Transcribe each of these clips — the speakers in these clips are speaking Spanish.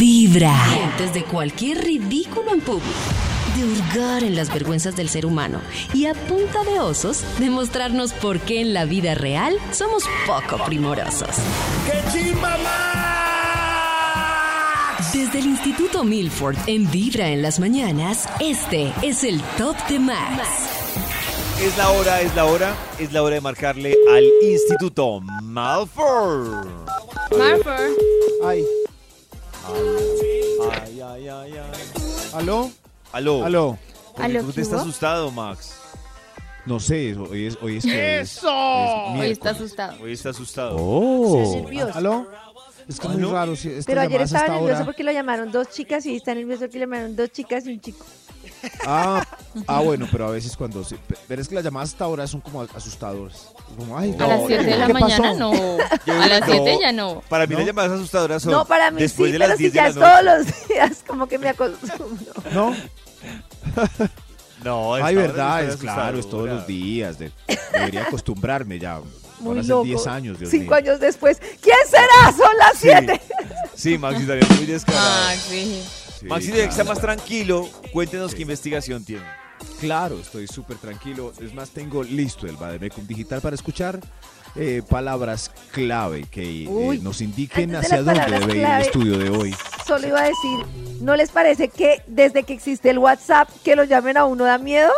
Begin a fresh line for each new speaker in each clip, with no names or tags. Vibra.
Desde cualquier ridículo en público. De hurgar en las vergüenzas del ser humano y a punta de osos, demostrarnos por qué en la vida real somos poco primorosos.
¡Qué chimba Max!
Desde el Instituto Milford en Vibra en las mañanas, este es el Top de Max.
Es la hora, es la hora, es la hora de marcarle al Instituto Malfour.
Marfer.
Ay,
Ay, ay, ay, ay.
¿aló?
Oh.
Aló.
¿Aló?
¿Por qué
¿Aló,
tú
qué
te estás
hubo?
asustado, Max?
No sé, hoy es, hoy es Oh. jueves.
¡Eso!
Hoy está asustado.
Hoy está asustado.
Oh. ¿Aló? Es que es muy
¿Aló?
raro. si esta
Oh. Pero ayer
llamada es hasta
estaba nervioso
ahora.
porque lo llamaron dos chicas y está nervioso porque le llamaron dos chicas y un chico.
Ah, ah, bueno, pero a veces cuando... se- Pero es que las llamadas hasta ahora son como asustadores. Como, ay,
A las
No,
7 de la
¿qué pasó?
mañana no. A las 7 ya no.
Para mí
¿No?
las llamadas asustadoras son
No, para mí
después
sí,
de las
pero si
10
ya
de la
todos
noche.
los días como que me acostumbro.
¿No?
No,
Ay,
esta hora
verdad,
no
es
está
claro, es todos
asustadora.
los días. de- debería acostumbrarme ya.
Muy
Van a ser
loco.
10 años, Dios
Cinco
mío.
años después. ¿Quién será? Son las
Sí.
siete.
Sí, Maxi también es muy descarado.
Ah, sí.
Sí,
Maxi debe
claro.
estar más tranquilo. Cuéntenos qué investigación tiene.
Claro, estoy súper tranquilo. Es más, tengo listo el Bademecum Digital para escuchar eh, palabras clave que eh,
Uy,
nos indiquen
antes de
hacia
las
dónde
palabras
debe ir el
clave.
estudio de hoy.
Solo iba a decir, ¿no les parece que desde que existe el WhatsApp que lo llamen a uno da miedo?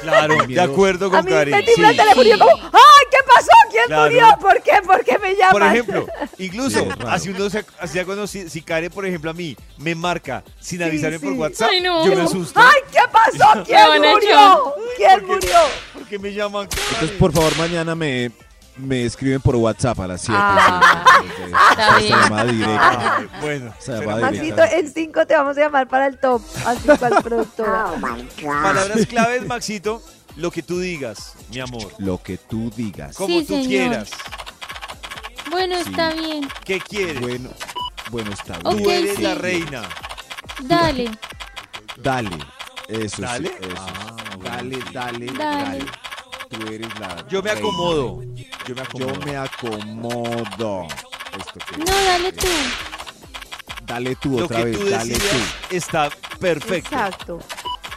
Claro, de
Miedo.
acuerdo
A
con
mí me
Karen.
timbra el
Sí.
teléfono y yo como, ¡ay, qué pasó! ¿Quién
Claro.
murió? ¿Por qué? ¿Por qué me llaman?
Por ejemplo, incluso
Sí, es raro.
así uno se, así cuando si, si Karen, por ejemplo, a mí me marca sin avisarme por
sí.
WhatsApp,
Ay, no.
yo me asusto.
¡Ay, qué pasó! ¿Quién
van a
murió? ¿Quién
¿Por qué?
murió?
¿Por qué me llaman?
Entonces, por favor, mañana me, me escriben por WhatsApp a las 7.
Ah, está bien.
directa.
Ay, Eh, bueno,
O sea,
será-
Ah. va directa.
Maxito, en cinco te vamos a llamar para el top, así cual productora.
palabras claves, Maxito, lo que tú digas, mi amor,
Lo que tú digas.
como
Sí,
tú
señor.
quieras,
Bueno,
Sí.
está bien.
¿qué quieres?
Bueno, bueno, está
Ok,
bien.
Tú eres
sí.
la reina.
Dale.
Dale. Eso
¿Dale?
sí. Eso.
Ah,
sí. dale, dale, dale,
Dale.
Tú eres la.
Yo me
reina.
acomodo. Yo me acomodo.
Yo me acomodo. Esto que-
No, dale tú.
Dale tú
Lo
otra
que
vez.
tú
Dale
decidas
tú.
está perfecto.
Exacto.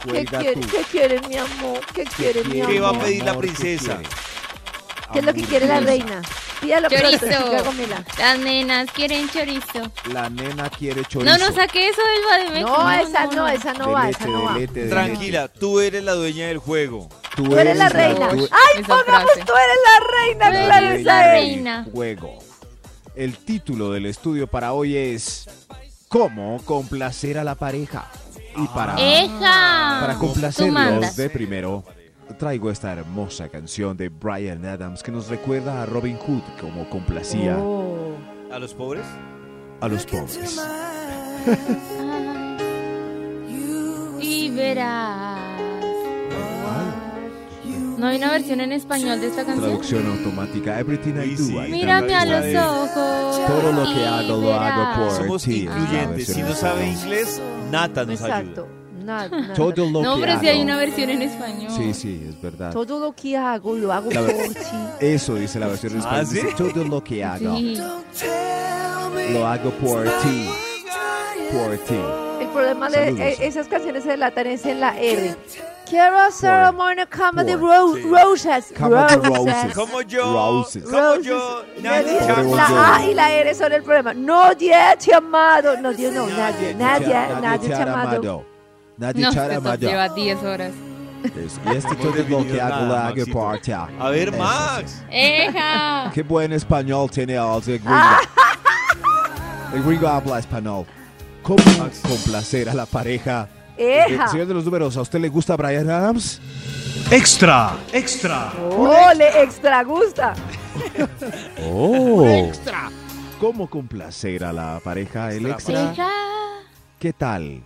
¿Qué
Cuelga
quiere,
tú.
¿Qué quiere, mi amor? ¿Qué quiere, mi
quieres,
amor?
¿Qué va a
mi
pedir la
amor? ¿Qué
princesa?
quieres?
¿Qué es lo que quiere la
Hamburguesa.
reina? Pídalo pronto,
Chorizo.
chica, cómela.
Las nenas quieren chorizo.
La nena quiere chorizo.
No, no saqué eso del Bademec.
No, esa no, esa no
De
va,
leche,
esa no
de
va.
leche, de leche.
Tranquila, tú eres la dueña del juego.
Tú eres la reina. Ah,
tú-
¡Ay,
Esa
pongamos
frase.
tú eres la reina!
Tú eres
Claro,
la
esa es.
reina.
Juego. El título del estudio para hoy es ¿Cómo complacer a la pareja? Y
Ah.
para,
¿Eh?
¡Eja!
Ah, para
Ah, Tú
complacerlos
mandas.
de primero, traigo esta hermosa canción de Brian Adams que nos recuerda a Robin Hood como complacía
Oh.
¿A los pobres?
a los pobres.
Y verás. ¿No hay una versión en español de esta canción?
Traducción automática. Everything I
Uy, sí.
do, I do.
Mírame a
Esta
los
es-
ojos.
Todo lo que
y
hago, lo hago
verás.
por
Somos
ti. es la
incluyentes.
versión
Si no
en
sabe
español.
inglés, Nata nos
Exacto.
ayuda.
Nada, nada.
Todo lo
No,
que
pero si hay
hago.
una versión en español.
Sí, sí, es verdad.
Todo lo que hago lo hago
La
por
verdad.
ti.
Eso dice la versión en
¿Ah,
español. Dice, Todo lo que hago,
Sí.
lo hago por ti. Por ti.
El problema de
Saludos.
eh, esas canciones se delatan es en la R. Quiero hacer
Por-
amor en cama de
por-
ro-
sí.
rosas.
Cama de
Rosas.
roses.
Como yo,
Roses.
como yo,
Roses.
nadie
Nadie.
llama.
La A y la R son el problema. Nadie te ha amado. No, Dios, no, nadie, nadie, nadie, te ha amado.
Nadie
No,
te
esto
amado.
lleva 10 horas.
Eso. Y este
Hemos
todo lo que
definido
hago, lo
nada,
hago
Maxito.
por ti.
A ver,
Eso
Max.
¡Eja!
sí. Qué buen español tiene el gringo. El gringo habla español. ¿Cómo complacer a la pareja?
Eja.
Eh, Señor de los números, ¿a usted le gusta Brian Adams?
Extra, extra.
Oh, le extra gusta.
Oh.
¿Cómo complacer a la pareja? El
Extra
extra.
¡Eja!
¿Qué tal?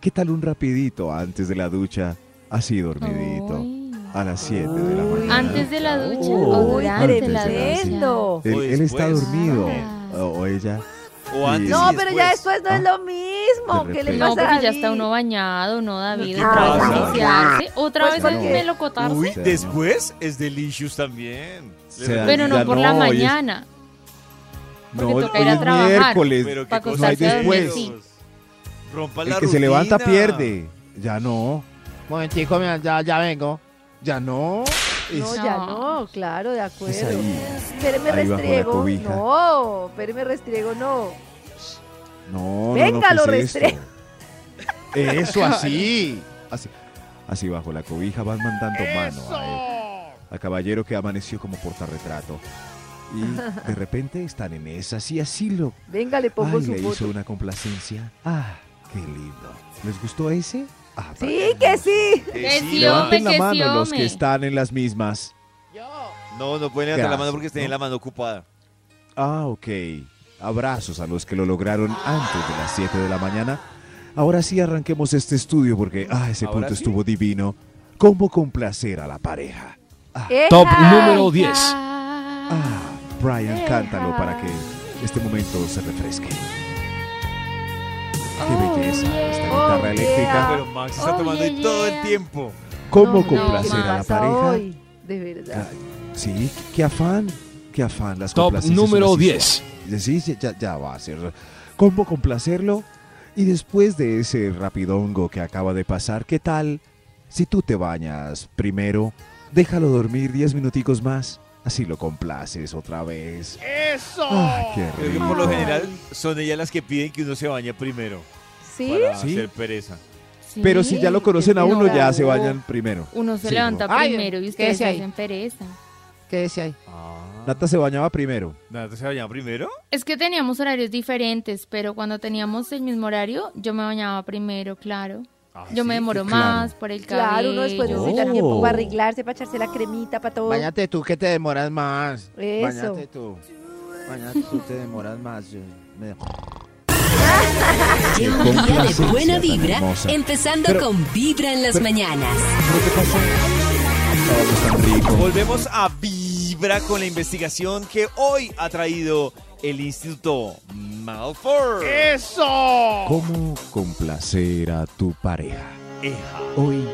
¿Qué tal un rapidito antes de la ducha? Así dormidito.
Ay.
A las 7 de la mañana.
¿Antes de la ducha?
Oh,
¿O
Uy,
durante la ducha?
tremendo.
Él,
O
él está
después.
dormido.
Ah.
O, o ella.
O antes
No,
y
pero
después.
ya después no es
Ah.
lo mismo.
De
¿Qué le
repente.
pasa
No, porque
a
ya está
David?
uno bañado, ¿no, David?
¿Qué
Otra vez
pasa?
iniciarse. Otra
Pues
vez
porque-
al melocotarse.
Uy,
O sea,
después es delicious también.
Se da-
Pero no
Ya
por la
no, hoy es-
mañana.
No,
Porque
hoy
toca ir a
es
trabajar.
miércoles.
Pero qué
Pa'
cosa
acostarse
de
a dormir,
deliciosos. Rompa
El
la
que se levanta
rutina.
pierde. Ya no.
Momentico, mira, ya, ya vengo.
Ya no.
No, ya no, claro, de acuerdo.
Es ahí.
Espéreme
Ahí bajo la
restriego.
cobija.
No, espéreme restriego, no.
No,
Venga,
no, no, ¿qué
lo
es
restre-
esto? Eso, así. Así, así bajo la cobija vas mandando mano a él, al caballero que amaneció como portarretrato. Y de repente están en esa, así, así lo...
Venga, le pongo
Ay,
su
le hizo
voto.
una complacencia. Ah, qué lindo. ¿Les gustó ese? Ah,
Sí, que sí.
Que
Que sí,
¿no?
hombre.
Levanten la
que sí,
mano los
hombre.
que están en las mismas.
No, no pueden levantar la mano porque
Gracias,
tienen
¿no?
la mano ocupada.
Ah, ok. Abrazos a los que lo lograron antes de las 7 de la mañana. Ahora sí arranquemos este estudio porque ah, ese
Ahora
punto
sí.
estuvo divino. ¿Cómo complacer a la pareja?
Top
¡Eja!
número 10.
Ah, Brian, cántalo para que este momento se refresque. Qué belleza esta
Oh, yeah.
guitarra eléctrica.
Pero Max está
Oh,
tomando
yeah,
todo
yeah.
el tiempo.
¿Cómo
No,
complacer
no,
a la
pasa
pareja?
hoy, de verdad.
Sí, qué afán, qué afán. Las
Top
complacencias son
número
así
10.
suaves. Sí, sí, ya, ya va a ser. ¿Cómo complacerlo? Y después de ese rapidongo que acaba de pasar, ¿qué tal? Si tú te bañas primero, déjalo dormir 10 minuticos más. Así lo complaces otra vez. ¡Eso! qué
Creo que
rico.
por lo general son ellas las que piden que uno se bañe primero
¿Sí?
para
¿Sí?
hacer pereza.
Pero si ya lo conocen a uno, ya se
No.
bañan primero.
Uno se
Sí,
levanta
Ay,
primero y
¿qué
ustedes
decía ahí?
hacen pereza.
¿Qué decía ahí?
Nata se bañaba primero.
¿Nata se bañaba primero?
Es que teníamos horarios diferentes, pero cuando teníamos el mismo horario, yo me bañaba primero, claro. yo me demoro
claro.
más por el cabello.
Claro, uno después de
Oh.
necesita tiempo para arreglarse, para echarse la cremita, para todo.
Báñate tú que te demoras más.
Eso.
Báñate tú. Báñate tú te demoras más. yo- me-
Lleva un día de
complacencia
buena
tan
vibra,
hermosa.
empezando con Vibra en las mañanas.
Volvemos a Vibra con la investigación que hoy ha traído el Instituto Malfour.
¿Cómo complacer a tu pareja?
Eja.
Hoy,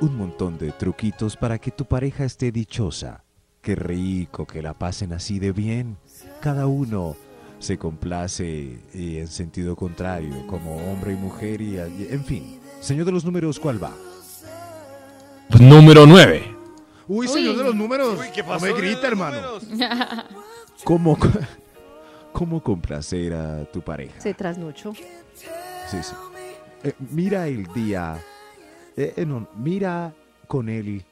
un montón de truquitos para que tu pareja esté dichosa. Qué rico que la pasen así de bien. Cada uno se complace y en sentido contrario, como hombre y mujer y y- en fin. Señor de los números, ¿cuál va?
Número 9.
Uy, señor de los
números.
Uy, ¿qué pasó?
¿Cómo, co- cómo complacer a tu pareja?
Se trasnochó.
Sí, sí. Eh, mira el día. eh, eh, no, mira con él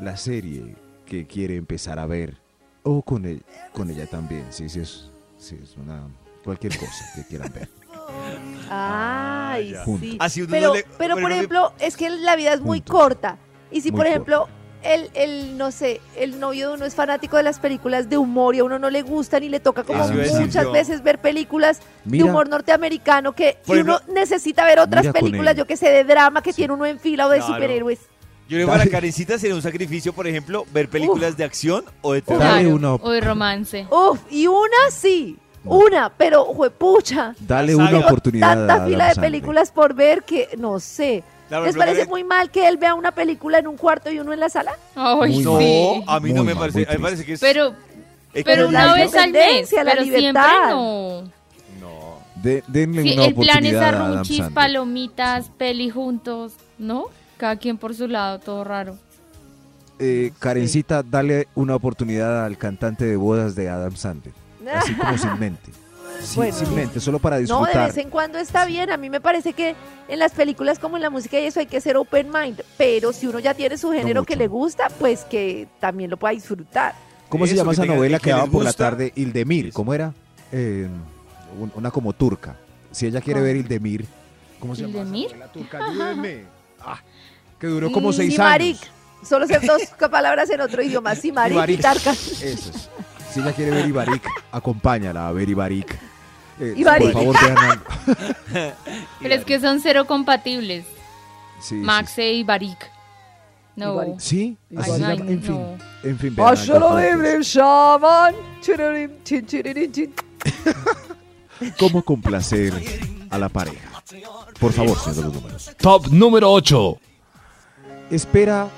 la serie que quiere empezar a ver. O con, él, con ella también. Sí, sí, es, sí, es una. Cualquier cosa que quieran ver.
Ay,
Ah,
ya.
sí.
Así uno
Pero,
no le-
pero por
no le-
ejemplo, es que la vida es muy
Punto.
corta. Y si,
Muy
por ejemplo, el, el, no sé, el novio de uno es fanático de las películas de humor y a uno no le gustan y le toca como
Eso iba a decir
muchas
yo.
veces ver películas
Mira,
de humor norteamericano que
Por
y uno necesita ver otras
mira con
películas,
él.
yo que sé, de drama que
Sí.
tiene uno en fila o de
Claro.
superhéroes.
Yo le digo a la carecita sería un sacrificio, por ejemplo, ver películas de acción o de terror.
Dale
Claro,
una-
O de romance.
Uf, y una sí,
No.
una, pero juepucha.
dale
Saga.
una
Tengo
oportunidad. a
Tanta
Adam
fila de
Sandler.
películas por ver que no sé.
Claro,
¿Les
pero
parece
mira-
muy mal que él vea una película en un cuarto y uno en la sala?
Ay,
Muy
No,
sí.
a mí no me
Muy mal,
parece.
muy
A mí me parece que es.
Pero,
es
pero
como
la
una
un-
vez al mes,
independencia, la
pero siempre
libertad.
no.
No.
De- denle
Sí,
una
el plan es
oportunidad a Adam
arruchis,
Sandler.
palomitas, peli juntos, ¿no? Cada quien por su lado, todo raro.
Eh, Karencita, dale una oportunidad al cantante de bodas de Adam Sandler. Así como sin mente. Sin,
Bueno.
sin mente, solo para
No, de
disfrutar.
vez en cuando está bien. A mí me parece que en las películas como en la música y eso hay que ser open mind. Pero si uno ya tiene su género que
mucho.
le gusta, pues que también lo pueda disfrutar.
¿Cómo se
Eso,
llama
que
esa
tenga-
novela que
que les
daba por la
gusta.
tarde? Ildemir,
Eso.
¿cómo era? Eh, un- una como turca. Si ella quiere
¿Cómo?
ver Ildemir, ¿cómo se llama? esa
¿Ildemir?
novela turca, ayúdenme. Ah, que duró como seis
Simaric.
años.
Solo son dos palabras en otro idioma. Simaric y
Ibarik.
Tarka.
Eso es. Si ella quiere ver Ibarik, acompáñala a ver Ibarik. Eh,
Ibarik.
Por favor, vean. algo.
Pero es que son cero compatibles,
Sí, sí,
Max e Ibarik. No.
Ibarik.
sí. Sí, así
Ay,
se llama.
no.
En fin, en fin, vean algo juntos.
Pero
¿Cómo complacer a la pareja? Por favor, señor de los números.
Top número 8.
Espera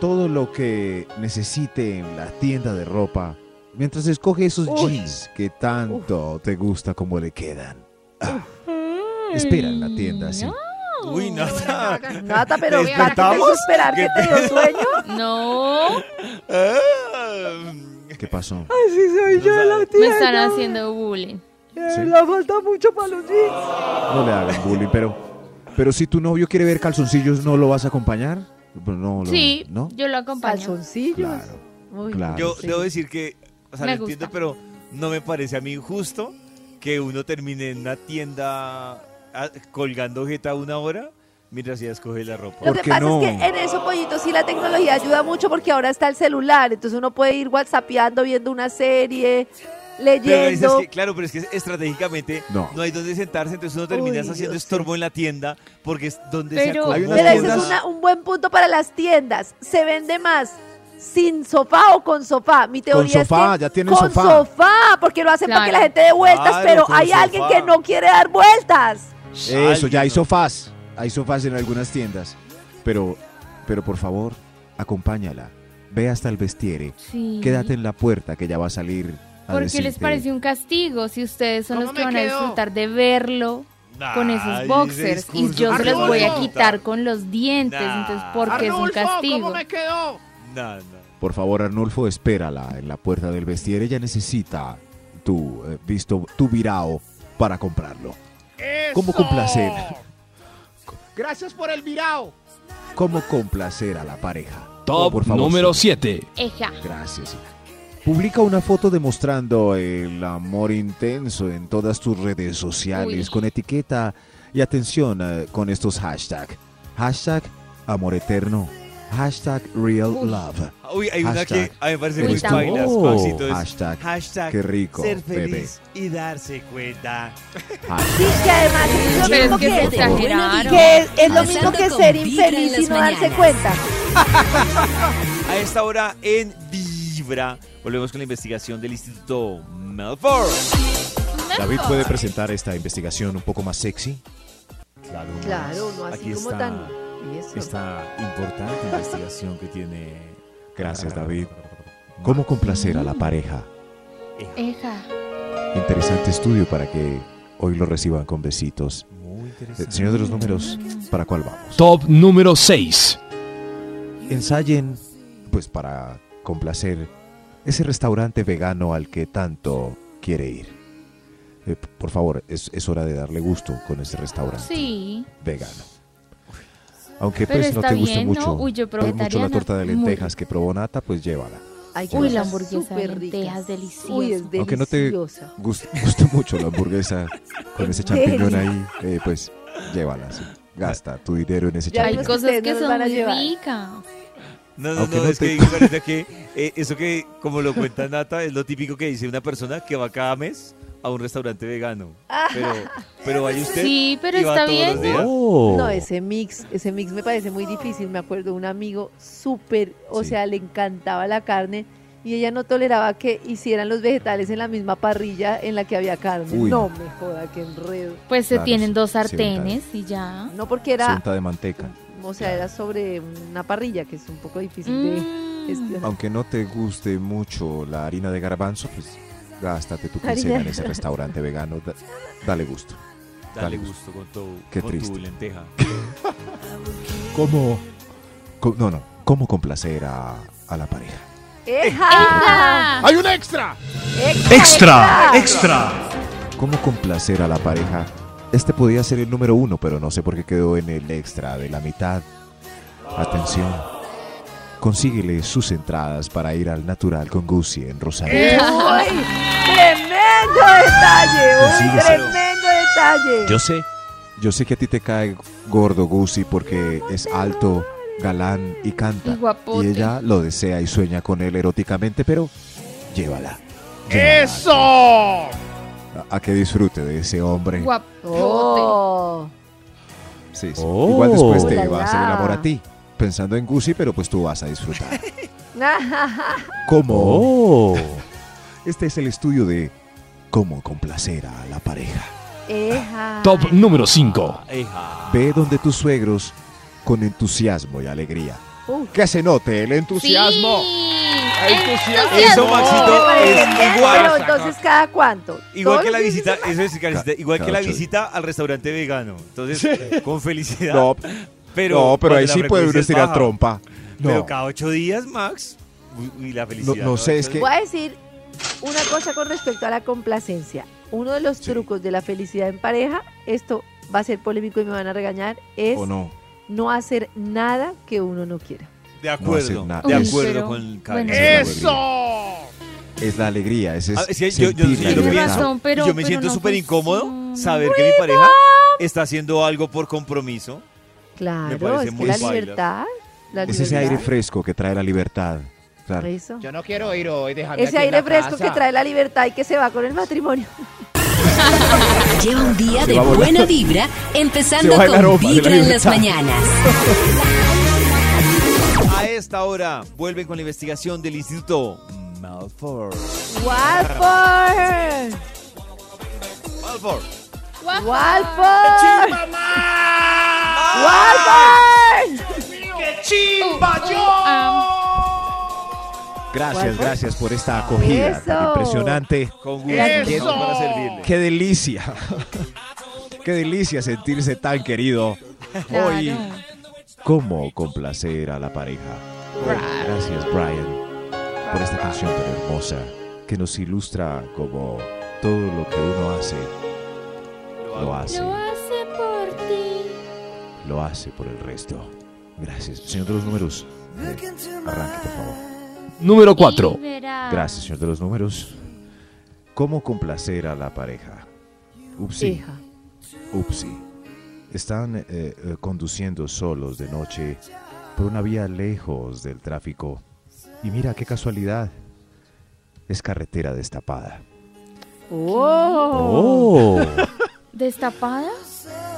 todo lo que necesite en la tienda de ropa mientras escoge esos
Uy.
jeans que tanto te gusta como le quedan. Ah, espera en la
Mm,
tienda, sí.
Uy, Nata.
Nata, pero
¿Te
¿para qué te
despertamos?
hizo esperar que te dio sueño?
No,
Ah.
¿Qué pasó?
me están haciendo bullying.
Sí.
falta mucho para los jeans.
No le hagan bullying, pero, pero si tu novio quiere ver calzoncillos, ¿no lo vas a acompañar? Pues No, lo-
Sí,
¿no?
yo lo acompaño.
Calzoncillos.
Claro.
Uy,
claro.
Yo
sí.
debo decir que, o sea,
Me
lo entiendo,
gusta.
pero no me parece a mí injusto que uno termine en una tienda ah, colgando jeta una hora mientras ya escoge la ropa.
Lo
¿Por
que
qué
pasa
no?
es que en eso, pollito, sí la tecnología ayuda mucho porque ahora está el celular. Entonces uno puede ir whatsappeando, viendo una serie,
Pero me dices
leyendo.
que- claro, pero es que estratégicamente no,
No.
hay donde sentarse, entonces uno termina
Uy,
haciendo
Dios
estorbo en la tienda porque es donde se
Pero-
acomoda.
Hay
unas
Pero ese es
tiendas-
una- un buen punto para las tiendas. Se vende más sin sofá o con sofá. Mi teoría es
sofá,
que
ya tienen
con
sofá.
porque lo hacen para que
Claro.
la gente dé vueltas,
Claro,
pero
con
hay alguien
sofá.
que no quiere dar vueltas.
Eso, ya hay
Alguien,
sofás. Hay sofás en algunas tiendas. Pero, pero por favor, acompáñala. Ve hasta el vestiere.
Sí.
Quédate en la puerta que ya va a salir. a
¿Por qué les
decirte-
parece un castigo si ustedes son los
¿Cómo
que
me
van a
quedo?
disfrutar de verlo
Nah,
con
ese
esos boxers? Y
discurso
yo se los voy a
Arnulfo.
quitar con los dientes,
Nah.
entonces ¿por qué es un
Arnulfo,
castigo?
¿cómo me quedó?
Nah, nah.
Por favor, Arnulfo, espérala en la puerta del vestiere. Ella necesita tu eh, visto, tu virao para comprarlo. ¿Cómo
Eso.
complacer?
Gracias por el virao.
¿Cómo complacer a la pareja?
Top
Oh, Por favor,
número
sí.
7.
Eja.
Gracias. Ina. Publica una foto demostrando el amor intenso en todas tus redes sociales
Uy.
con etiqueta y atención eh, con estos hashtags. Hashtag amor eterno. Hashtag real
Uy.
love.
Uy, hay una que
Hashtag.
a mí me parece
Uy,
muy
tampoco.
bailas, Maxito, es
Hashtag.
hashtag
Qué rico,
ser
bebé.
feliz y darse cuenta.
hashtag.
Sí, que además es lo
Pero
mismo
es que se
que,
exagera.
exageraron.
que es- es lo
Pasando
mismo que
con
ser
vibra en
infeliz y
las
no darse
mañanas.
cuenta.
A esta hora en Vibra, volvemos con la investigación del Instituto Melford.
David puede presentar esta investigación un poco más sexy.
Claro, pues,
Claro, no así
Aquí
como
está
tan. Eso.
esta importante investigación que tiene.
Gracias, David. ¿Cómo complacer a la pareja?
Eja.
Interesante estudio para que hoy lo reciban con besitos.
Muy
Eh,
interesante.
Señor de los números, ¿para cuál vamos?
Top número 6.
ensayen, pues para complacer, ese restaurante vegano al que tanto quiere ir. Eh, p- por favor, es, es hora de darle gusto con ese restaurante
Sí,
vegano. Aunque
Pero
pues no
está
te guste
bien, ¿no?
mucho,
Uy, yo probé
eh, mucho la
vegetariana,
torta de
muy
lentejas que probó Nata, pues llévala.
Ay,
Uy,
la
cosas
hamburguesa de
súper
lentejas
ricas.
deliciosa.
Uy, es
Aunque no te-
deliciosa.
Gus- gusta mucho la hamburguesa con ese champiñón ahí, eh, pues llévala. sí. Gasta tu dinero en ese
Ya
champiñón.
hay
Los que
cosas
ustedes
que
nos
son
van a
muy
llevar.
ricas.
No, no,
Aunque
no,
no
es
te-
que parece que eh, eso que, como lo cuenta Nata, es lo típico que dice una persona que va cada mes a un restaurante vegano. Pero, pero vaya usted.
Sí, pero
y va
está
todos los
bien,
días.
Oh.
No, ese mix, ese mix me parece muy difícil. Me acuerdo de un amigo súper, o
Sí.
sea, le encantaba la carne y ella no toleraba que hicieran los vegetales en la misma parrilla en la que había carne.
Uy,
no
no.
me joda, qué enredo.
Pues se
Claro,
tienen
sí,
dos
sí, ventaja.
sartenes y ya.
No porque era,
Sunta de manteca.
o sea, era sobre una parrilla que es un poco difícil de
Mm.
gestionar.
Aunque no te guste mucho la harina de garbanzo, pues gástate tu
Harina.
quincena en ese restaurante vegano. Da- dale gusto.
Dale
Dale
gusto con tu,
Qué
con tu
triste.
lenteja.
¿Cómo? co- no, no. ¿Cómo complacer a, a la pareja?
¡Eja!
Ah.
Ah. ¡Hay un extra!
Extra, extra.
¿Cómo complacer a la pareja? Este podía ser el número uno, pero no sé por qué quedó en el extra de la mitad. Atención. Consíguele sus entradas para ir al natural con Gucci en Rosario.
¡Uy! ¡Tremendo detalle! ¡Uy,
Consígueselo.
tremendo detalle!
Yo sé, yo sé que a ti te cae gordo Gucci porque es alto, galán y canta.
Y guapote.
Y ella lo desea y sueña con él eróticamente, pero llévala. llévala
¡Eso!
A, a que disfrute de ese hombre.
Guapote.
¡Oh!
Sí, sí. Igual después te
Ulala.
va a hacer el amor a ti, pensando en Gucci, pero pues tú vas a disfrutar. ¿Cómo?
Oh.
Este es el estudio de cómo complacer a la pareja.
¡Eja!
Top número 5.
Eja.
Ve donde tus suegros con entusiasmo y alegría. Que se note el entusiasmo.
Sí.
Eso, Maxito,
Me parece
es
bien,
igual.
pero entonces cada cuánto.
Igual
¿Todos
que la
los fines de
visita,
semana?
eso es, Karencita, igual que la
Caucho.
visita al restaurante vegano. Entonces, eh, con felicidad.
No,
pero,
no, pero
cuando
ahí
la
sí puede uno
frecuencia es
estirar
baja.
trompa. No,
Pero cada ocho días, Max. uy, Y la felicidad.
no sé, es que-
Voy a decir una cosa con respecto a la complacencia. Uno de los
Sí.
trucos de la felicidad en pareja, esto va a ser polémico y me van a regañar, es
o no.
no hacer nada que uno no quiera.
De
hacer
acuerdo.
nada.
de
Uy,
acuerdo
pero-
con
bueno.
Karen.
¡Eso!
Es la alegría, ese es,
Ah, es que yo- yo- yo
sentir la
lo
Tiene
libertad.
pienso.
razón, pero
yo me
pero
siento
no
súper incómodo
funciona.
saber que mi pareja está haciendo algo por compromiso.
Claro,
parece
es que
muy
la
bailas.
libertad, la
Es ese aire
libertad,
fresco que trae la libertad. Claro.
eso.
Yo no quiero ir hoy, déjame
Ese
aquí en
aire
la
fresco
casa.
que trae la libertad y que se va con el matrimonio.
Lleva un día de
va volando.
buena vibra, empezando
Se va el
con
aroma de la
Vibra en las
libertad.
mañanas.
A esta hora vuelven con la investigación del Instituto Malfour.
Walford,
Malfour.
Walford, Walford.
Gracias,
¿Cuál?
gracias por esta acogida tan
Eso.
impresionante.
Con gusto. estamos
¡Eso!
Para servirle.
¡Qué delicia! ¡Qué delicia sentirse tan querido! Hoy,
Claro.
¿cómo complacer a la pareja? Gracias, Brian, por esta canción tan hermosa que nos ilustra como todo lo que uno hace, lo hace,
Lo hace por ti.
lo hace por el resto. Gracias. Señor de los números, eh, arranque, por favor.
Número 4.
y verás.
Gracias, señor de los números. ¿Cómo complacer a la pareja? Upsi,
Hija.
upsi. Están eh, eh, conduciendo solos de noche por una vía lejos del tráfico. Y mira qué casualidad. Es carretera destapada.
Oh.
¡Oh!
¿Destapada?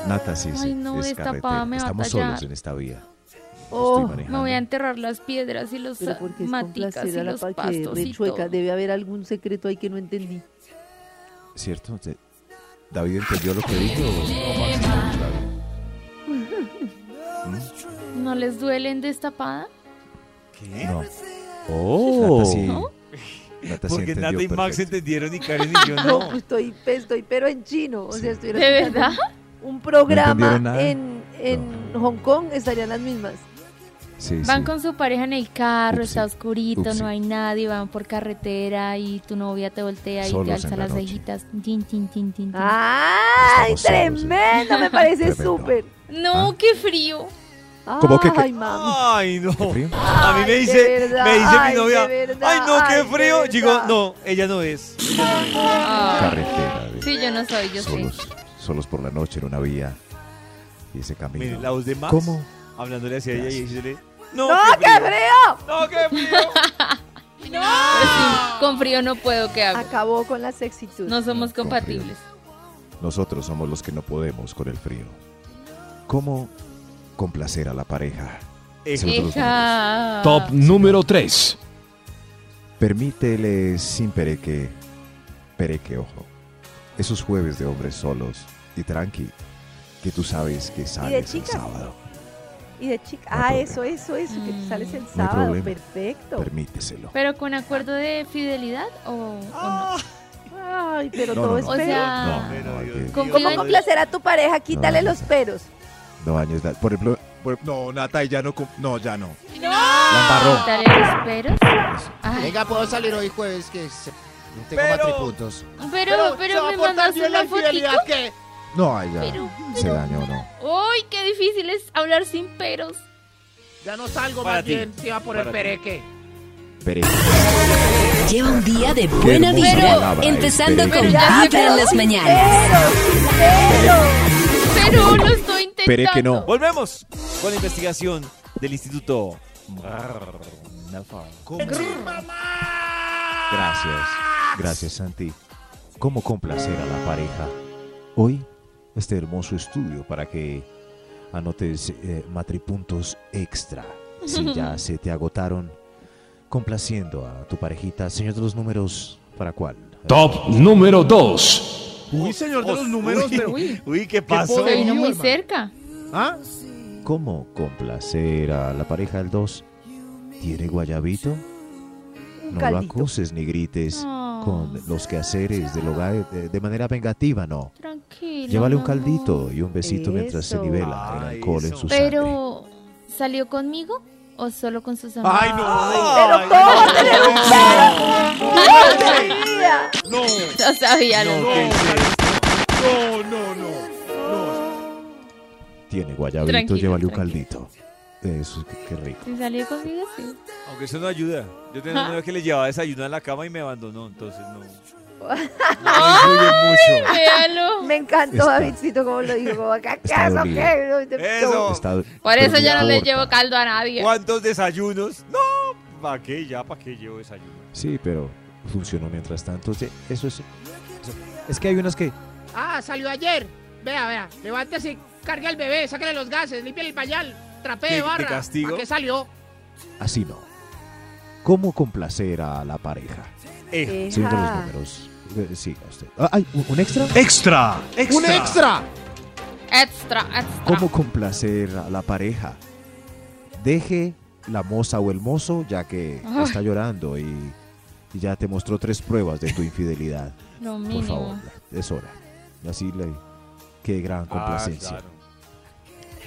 Nata, sí, sí,
Ay, no,
es
destapada
carretera.
me va a
Estamos
tallar.
solos en esta vía.
Oh,
Estoy
Me
manejando.
voy a enterrar las piedras y los
Pero porque es
maticas
complacer
y
a la
los
pa- que
pastos y
rechueca.
todo.
Debe haber algún secreto ahí que no entendí.
¿Cierto? Te- ¿David entendió lo que dije o- o Max? David.
¿No les duelen destapada?
No.
Oh.
Nata sí.
¿No?
Nata sí
Porque Nata y
entendió
Max
perfecto.
entendieron y Karen y yo
No,
no.
estoy, pues, estoy pero en chino. O
Sí.
sea, estuviera
¿De
escuchando
verdad?
un
¿No
programa
entendieron nada?
en, en Hong Kong estarían las mismas.
Sí,
Van
sí.
con su pareja en el carro,
Upsi.
está oscurito,
Upsi.
no hay nadie, van por carretera y tu novia te voltea y te
Solos
alza
en la
las
noche.
cejitas. Tin, tin, tin, tin, tin.
Ah. ¡Ay,
Estamos solos, ¿eh?
tremendo! Me parece
Tremendo.
súper.
Ah.
No, qué frío.
¿Cómo que qué? Ah,
Ay, mami.
Ay, no.
frío?
Oh.
A mí me
de
dice,
verdad,
me dice mi
ay, de
novia,
verdad,
ay, no,
ay,
qué
de
frío. Digo,
verdad.
no, ella no es.
Carretera. de-
Sí, yo no soy, yo sé.
solos, solos por la noche en una vía. Y ese camino.
Mire, la voz de Max.
¿Cómo?
Hablándole hacia ella y diciéndole, no,
¡No,
qué
qué
frío.
frío!
No, qué frío.
Con frío no puedo, ¿qué hago?
Acabó con la sexitud.
No somos
Con frío.
compatibles.
Nosotros somos los que no podemos con el frío. ¿Cómo complacer a la pareja? Señor de los números.
Hija.
Top número 3.
Permítele sin pereque, pereque ojo. Esos jueves de hombres solos y tranqui, que tú sabes que sales el
chicas?
sábado.
Y de chica.
No hay
ah,
problema.
eso, eso, eso. Que tú sales el
No hay
sábado.
problema.
Perfecto.
Permíteselo.
¿Pero con acuerdo de fidelidad o, o no?
Ay, pero
No,
todo
no,
es
no.
O
pero.
sea,
No,
Pero
no, hay
Dios
que-
mío.
Con
¿Cómo complacer a tu pareja? Quítale
No, no,
los
no.
peros.
No años da- Por ejemplo, por- no, Nata, y ya no. com- No, ya no.
¿Quitarle los peros? Ay,
Venga, puedo salir hoy jueves que se... no tengo
Pero-
matripuntos.
pero, pero me mandaste
bien la
una
infidelidad
fotito.
que...
No, ay, ya. se dañó, no.
¡Uy, qué difícil es hablar sin peros!
Ya no salgo
Para
más
ti.
bien, se va a poner
Para ti.
pereque.
Pereque.
Lleva un día de buena
hermosa
vibra,
palabra,
empezando
espere.
con
Pero
ya,
Vibra
pero
en las
sí,
mañanas.
¡Pero lo estoy intentando!
Pero es que no.
Volvemos con la investigación del Instituto Malfour.
Gracias. Gracias, Santi. ¿Cómo complacer a la pareja? Hoy, este hermoso estudio para que anotes eh, matripuntos extra. Si ya se te agotaron, complaciendo a tu parejita. Señor de los números, ¿para cuál?
Top número 2.
Uy, señor de los números,
uy,
pero-
uy, ¿qué pasó?
Se
poder.
vino muy
hermano.
cerca.
¿Ah?
¿Cómo complacer a la pareja del 2? ¿Tiene guayabito? No
un
lo
caldito.
acuses ni grites
Oh.
con los quehaceres del hogar de, de manera vengativa, no.
Tranquilo.
Llévale un
mi amor.
caldito y un besito mientras se
Eso.
nivela el
Ah,
alcohol en
eso.
su sangre.
Pero, ¿salió conmigo o solo con sus amigos?
Ay, no.
Pero todo va a tener un perro. ¡Dios mío!
No,
No sabía lo
no,
que.
no, no, no. no.
Tiene guayabito,
Tranquilo,
llévale un
tranquilo.
caldito. Eso, qué, qué rico.
Si salió conmigo, sí.
Aunque eso no ayuda. Yo tenía una amiga que le llevaba desayuno a la cama y me abandonó, entonces no. No influye mucho.
Véalo.
Me encantó
Está-
Davidcito como lo dijo, como acá
Está
¿acaso
dolido.
qué? No, te-
Eso.
Está-
Por
pero
eso yo no le
importa.
llevo caldo a nadie.
¿Cuántos desayunos? No, ¿para qué? Ya, ¿para qué llevo desayuno?
Sí, pero funcionó mientras tanto. Sí, eso es. eso- Es que hay unas que.
Ah, salió ayer. Vea, vea. Levántese, cargue al bebé, sáquele los gases, limpie el pañal,
¿Qué-
trapee
te
barra.
castigo?
¿A qué salió?
Así no. ¿Cómo complacer a la pareja?
Eh,
Señor de los
Eja.
números. eh, Siga usted. Ah, ¿Hay un- un extra?
Extra, extra.
¡Un extra!
Extra, extra.
¿Cómo complacer a la pareja? Deje la moza o el mozo ya que
Ay.
está llorando y, y ya te mostró tres pruebas de tu infidelidad.
Lo
Por favor,
mínimo.
la- es hora. Así le... Qué gran complacencia.
Ah, claro.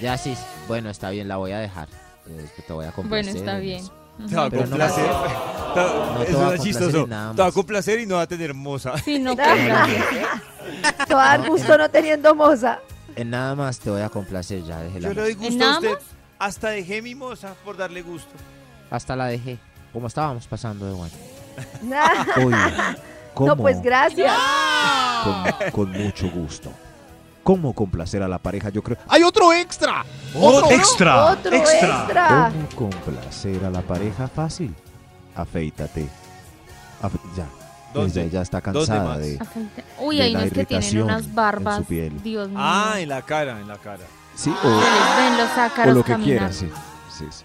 Ya sí. Bueno, está bien, la voy a dejar. Eh, Te voy a complacer.
Bueno, está bien.
Te va a
Pero no
complacer. Te va-
No te
eso
va a
es
complacer
chistoso.
en nada
Te va a
más.
complacer y no va a tener moza.
Sí, no,
Te
Ah,
va a dar gusto no teniendo moza.
En nada más te voy a complacer, ya dejé la
Yo le doy
¿En
gusto a
nada
usted. Hasta dejé mi moza por darle gusto.
Hasta la dejé. Como estábamos pasando de bueno.
Hoy, ¿cómo?
No, pues gracias.
con, con mucho gusto. ¿Cómo complacer a la pareja? Yo creo.
¡Hay otro extra!
Otro extra,
Otro
extra.
extra.
¿Cómo complacer a la pareja? Fácil. Afeítate. Afe- ya.
¿Dónde?
Ella ya está
¿Dónde
cansada
más?
de.
Uy,
de
hay
la
unos que tienen
irritación
unas barbas.
en su piel.
Dios mío.
Ah, en la cara, en la cara.
Sí,
Se
o,
les ven los
o
ácaros
lo que
caminar.
quiera, sí. sí, sí.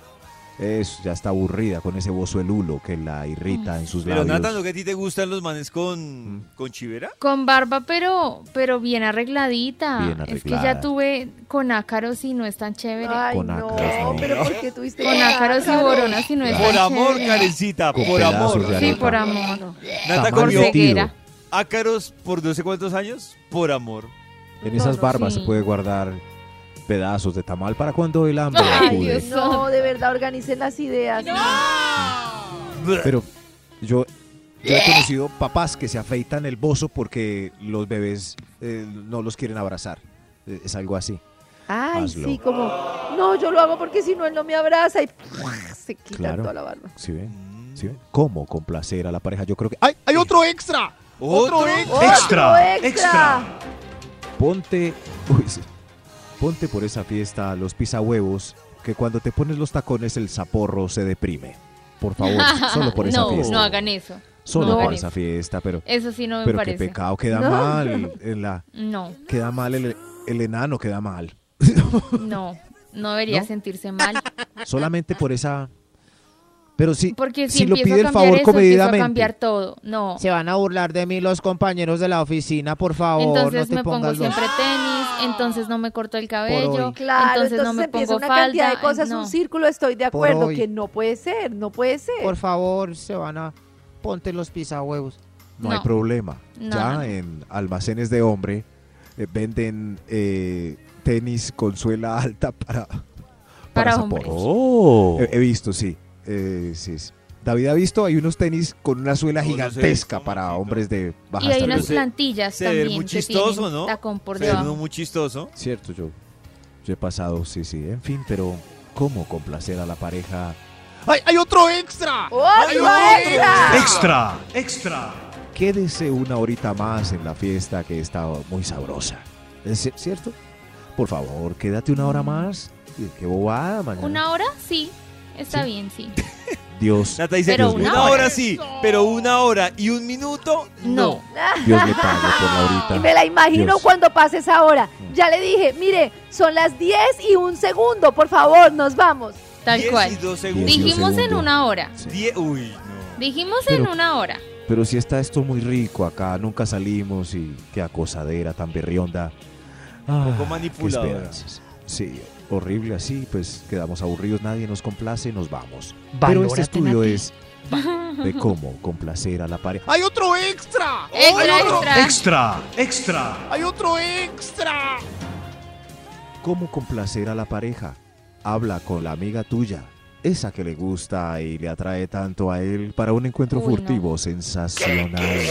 Es, ya está aburrida con ese bozuelulo que la irrita en sus
Pero
labios.
Nathan, ¿lo que a ti te gustan los manes con,
Mm.
con chivera?
Con barba, pero, pero bien arregladita.
Bien
Es que ya
arreglada.
tuve con ácaros y no es tan chévere.
Ay,
Con
no,
ácaros, no.
pero porque tuviste
Con ácaros y boronas y no es
Por
tan
amor,
chévere.
Karencita,
Con
por
pedazos
amor.
de
Sí,
arepa.
por amor.
Nata
Está
Por
comió
mal vestido.
ceguera.
ácaros por no sé cuántos años, por amor.
En
No,
esas
no,
barbas
sí.
se puede guardar pedazos de tamal para cuando el hambre
Ay,
acude.
Dios.
No, de verdad, organicen las ideas.
Pero yo, yo he conocido papás que se afeitan el bozo porque los bebés eh, no los quieren abrazar. Eh, Es algo así.
Ay,
Hazlo.
sí, como, no, yo lo hago porque si no, él no me abraza y se quita
Claro.
toda la barba.
¿Sí ven? ¿Sí ven? ¿Cómo complacer a la pareja? Yo creo que... ¡Ay!
¡Hay otro extra!
Otro.
Extra,
Otro extra.
Ponte... uy, sí. Ponte por esa fiesta los pisahuevos que cuando te pones los tacones el zaporro se deprime. Por favor, solo por esa
no,
fiesta.
no hagan eso.
Solo
no
por
hagan
esa
eso.
fiesta, pero...
Eso sí no me
Pero qué
parece.
pecado, queda
No.
mal. en la,
No,
queda mal el, el enano, queda mal.
no. No debería
¿No?
sentirse mal.
solamente por esa. Pero sí,
Porque si,
si lo
empiezo
pide
a
el
cambiar
favor
eso, empiezo a
comedidamente.
cambiar todo. No.
Se van a burlar de mí los compañeros de la oficina, por favor. no
Entonces
te
me pongo
pongas los-
siempre tenis, entonces no me corto el cabello,
hoy.
Claro,
entonces,
entonces,
no me
empieza
pongo
una
falda.
cantidad de cosas,
no.
un círculo, estoy de
Por
acuerdo,
hoy.
que no puede ser, no puede ser.
Por favor, se van a... Ponte los pisahuevos.
no, hay
no.
problema.
No,
ya
no, no.
en almacenes de hombre eh, venden eh, tenis con suela alta para, para,
Para
zaporros.
hombres.
He, he visto, sí. Eh, sí, sí. David ha visto, hay unos tenis con una suela
No, no sé,
gigantesca
¿cómo
para
así, no?
hombres de baja
Y hay
estatura.
unas
se-
plantillas
se ve
también.
muy
que
chistoso,
tienen
¿no?
Tacón por
Pero no
debajo.
muy chistoso.
Cierto, yo, yo he pasado, sí, sí. En fin, pero ¿cómo complacer a la pareja?
¡Ay, hay otro
Ah.
extra!
¡Otro
¡Hay otro
extra!
Extra, extra.
quédese una horita más en la fiesta que está muy sabrosa. ¿Es cier- cierto? Por favor, quédate una hora más. Eh, Qué bobada, mañana.
¿Una hora? Sí. Está bien, sí.
Dios,
Nata dice,
Pero
una,
una
hora.
hora.
sí, pero una hora y un minuto, no.
No.
Dios me pague por la horita.
Y me la imagino
Dios.
cuando pases ahora. Ya le dije, mire, son las 10 y un segundo, por favor, nos vamos.
Tal
Diez y
cual.
dos segundos.
Diez.
Dijimos en
segundos.
una hora.
Sí.
Diez- uy, no.
Dijimos en
Pero-
una hora.
Pero si está esto muy rico acá, nunca salimos y qué acosadera tan berrionda. Ah,
Poco manipuladora.
qué esperanzas. Sí, horrible así, pues quedamos aburridos, nadie nos complace, nos vamos. Pero
Valórate,
este estudio
Nati.
es de cómo complacer a la pareja.
¡Hay otro
¡Oh,
extra!
Extra,
¡Hay otro
extra. Extra, extra.
¡Hay otro extra!
¿Cómo complacer a la pareja? Habla con la amiga tuya, esa que le gusta y le atrae tanto a él para un encuentro
Uy, no.
furtivo sensacional.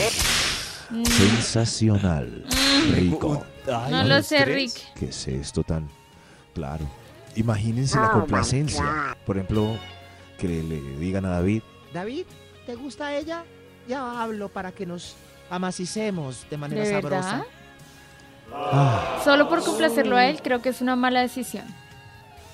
Mm,
Sensacional. Rico.
No lo sé, Rick.
¿Qué es esto tan claro? Imagínense
Oh,
la complacencia. Por ejemplo, que le, le digan a David,
David, ¿te gusta ella? Ya hablo para que nos amacicemos de manera
¿De
sabrosa.
verdad?
Ah.
Solo por complacerlo a él, creo que es una mala decisión.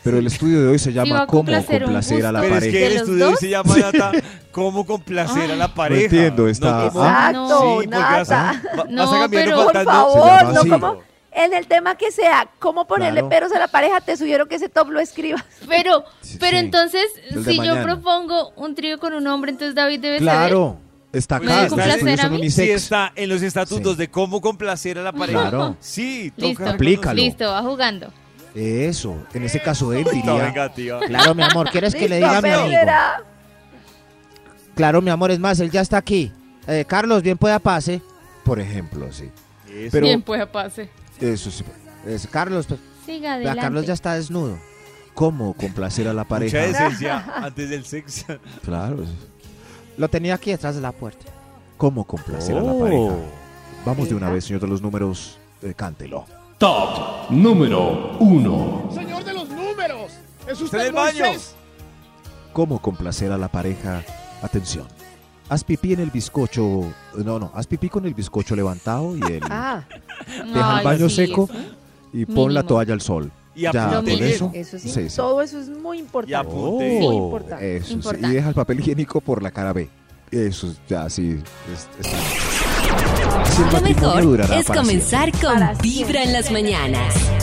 pero el estudio de hoy se
va
llama
a
¿Cómo
complacer un
complacer a la
Pero es
pareja?
que
¿De
el
los
estudio
dos? Ah.
se llama Nata, ¿cómo complacer a la pareja?
entiendo, está-
como-
Exacto,
sí, porque vas a-
Nata.
va- vas
No,
a cambiar
pero-
de
Por
faltando-
favor, no
así.
como en el tema que sea, cómo ponerle
Claro.
peros a la pareja, te sugiero que ese top lo escribas.
Pero,
Sí,
pero
sí.
entonces,
El de
si yo
mañana.
propongo un trío con un hombre, entonces David debe saber.
Claro, está
¿Me
acá, los
complacer
estudios
a
son
mí?
Sí,
unisex.
está en los estatutos
Sí.
de cómo complacer a la pareja.
Claro.
Sí, toca.
Listo,
Aplícalo.
listo, va jugando.
Eso, en ese caso él
Puta
diría,
vengativa.
Claro, mi amor, ¿quieres que le
Listo,
diga a mi
pero
amigo?
será.
Claro, mi amor, es más, él ya está aquí. Eh, Carlos, bien pueda pase.
por ejemplo, sí.
Eso.
Pero
Bien, pues, pase.
eso sí.
Es Carlos, pues,
Siga
vea,
adelante.
Carlos ya está desnudo.
¿Cómo complacer a la
Mucha
pareja?
decencia antes del sexo.
Claro.
Lo tenía aquí detrás de la puerta.
¿Cómo complacer a la
Oh.
pareja? Vamos de una vez, señor de los números, eh, cántelo.
Top número 1.
¡Señor de los números! ¡Es
¡Está en el
usted
baño!
Moisés!
¿Cómo complacer a la pareja? Atención. Haz pipí en el bizcocho. No, no, haz pipí con el bizcocho levantado y el,
Ah,
deja el
Ay,
baño
sí,
seco
eso.
y pon
Mínimo.
la toalla al sol.
Y
ya,
apunte
con
bien.
eso.
eso sí,
Sí, sí.
todo eso es muy importante.
Ya. apunte.
Sí, importante.
Oh, eso sí.
Importante.
Y deja el papel higiénico por la cara B. Eso es- ya sí. es- está. Así el
Lo
matrimonio
mejor
durará
es
para siempre.
comenzar con
Para
Vibra en las mañanas.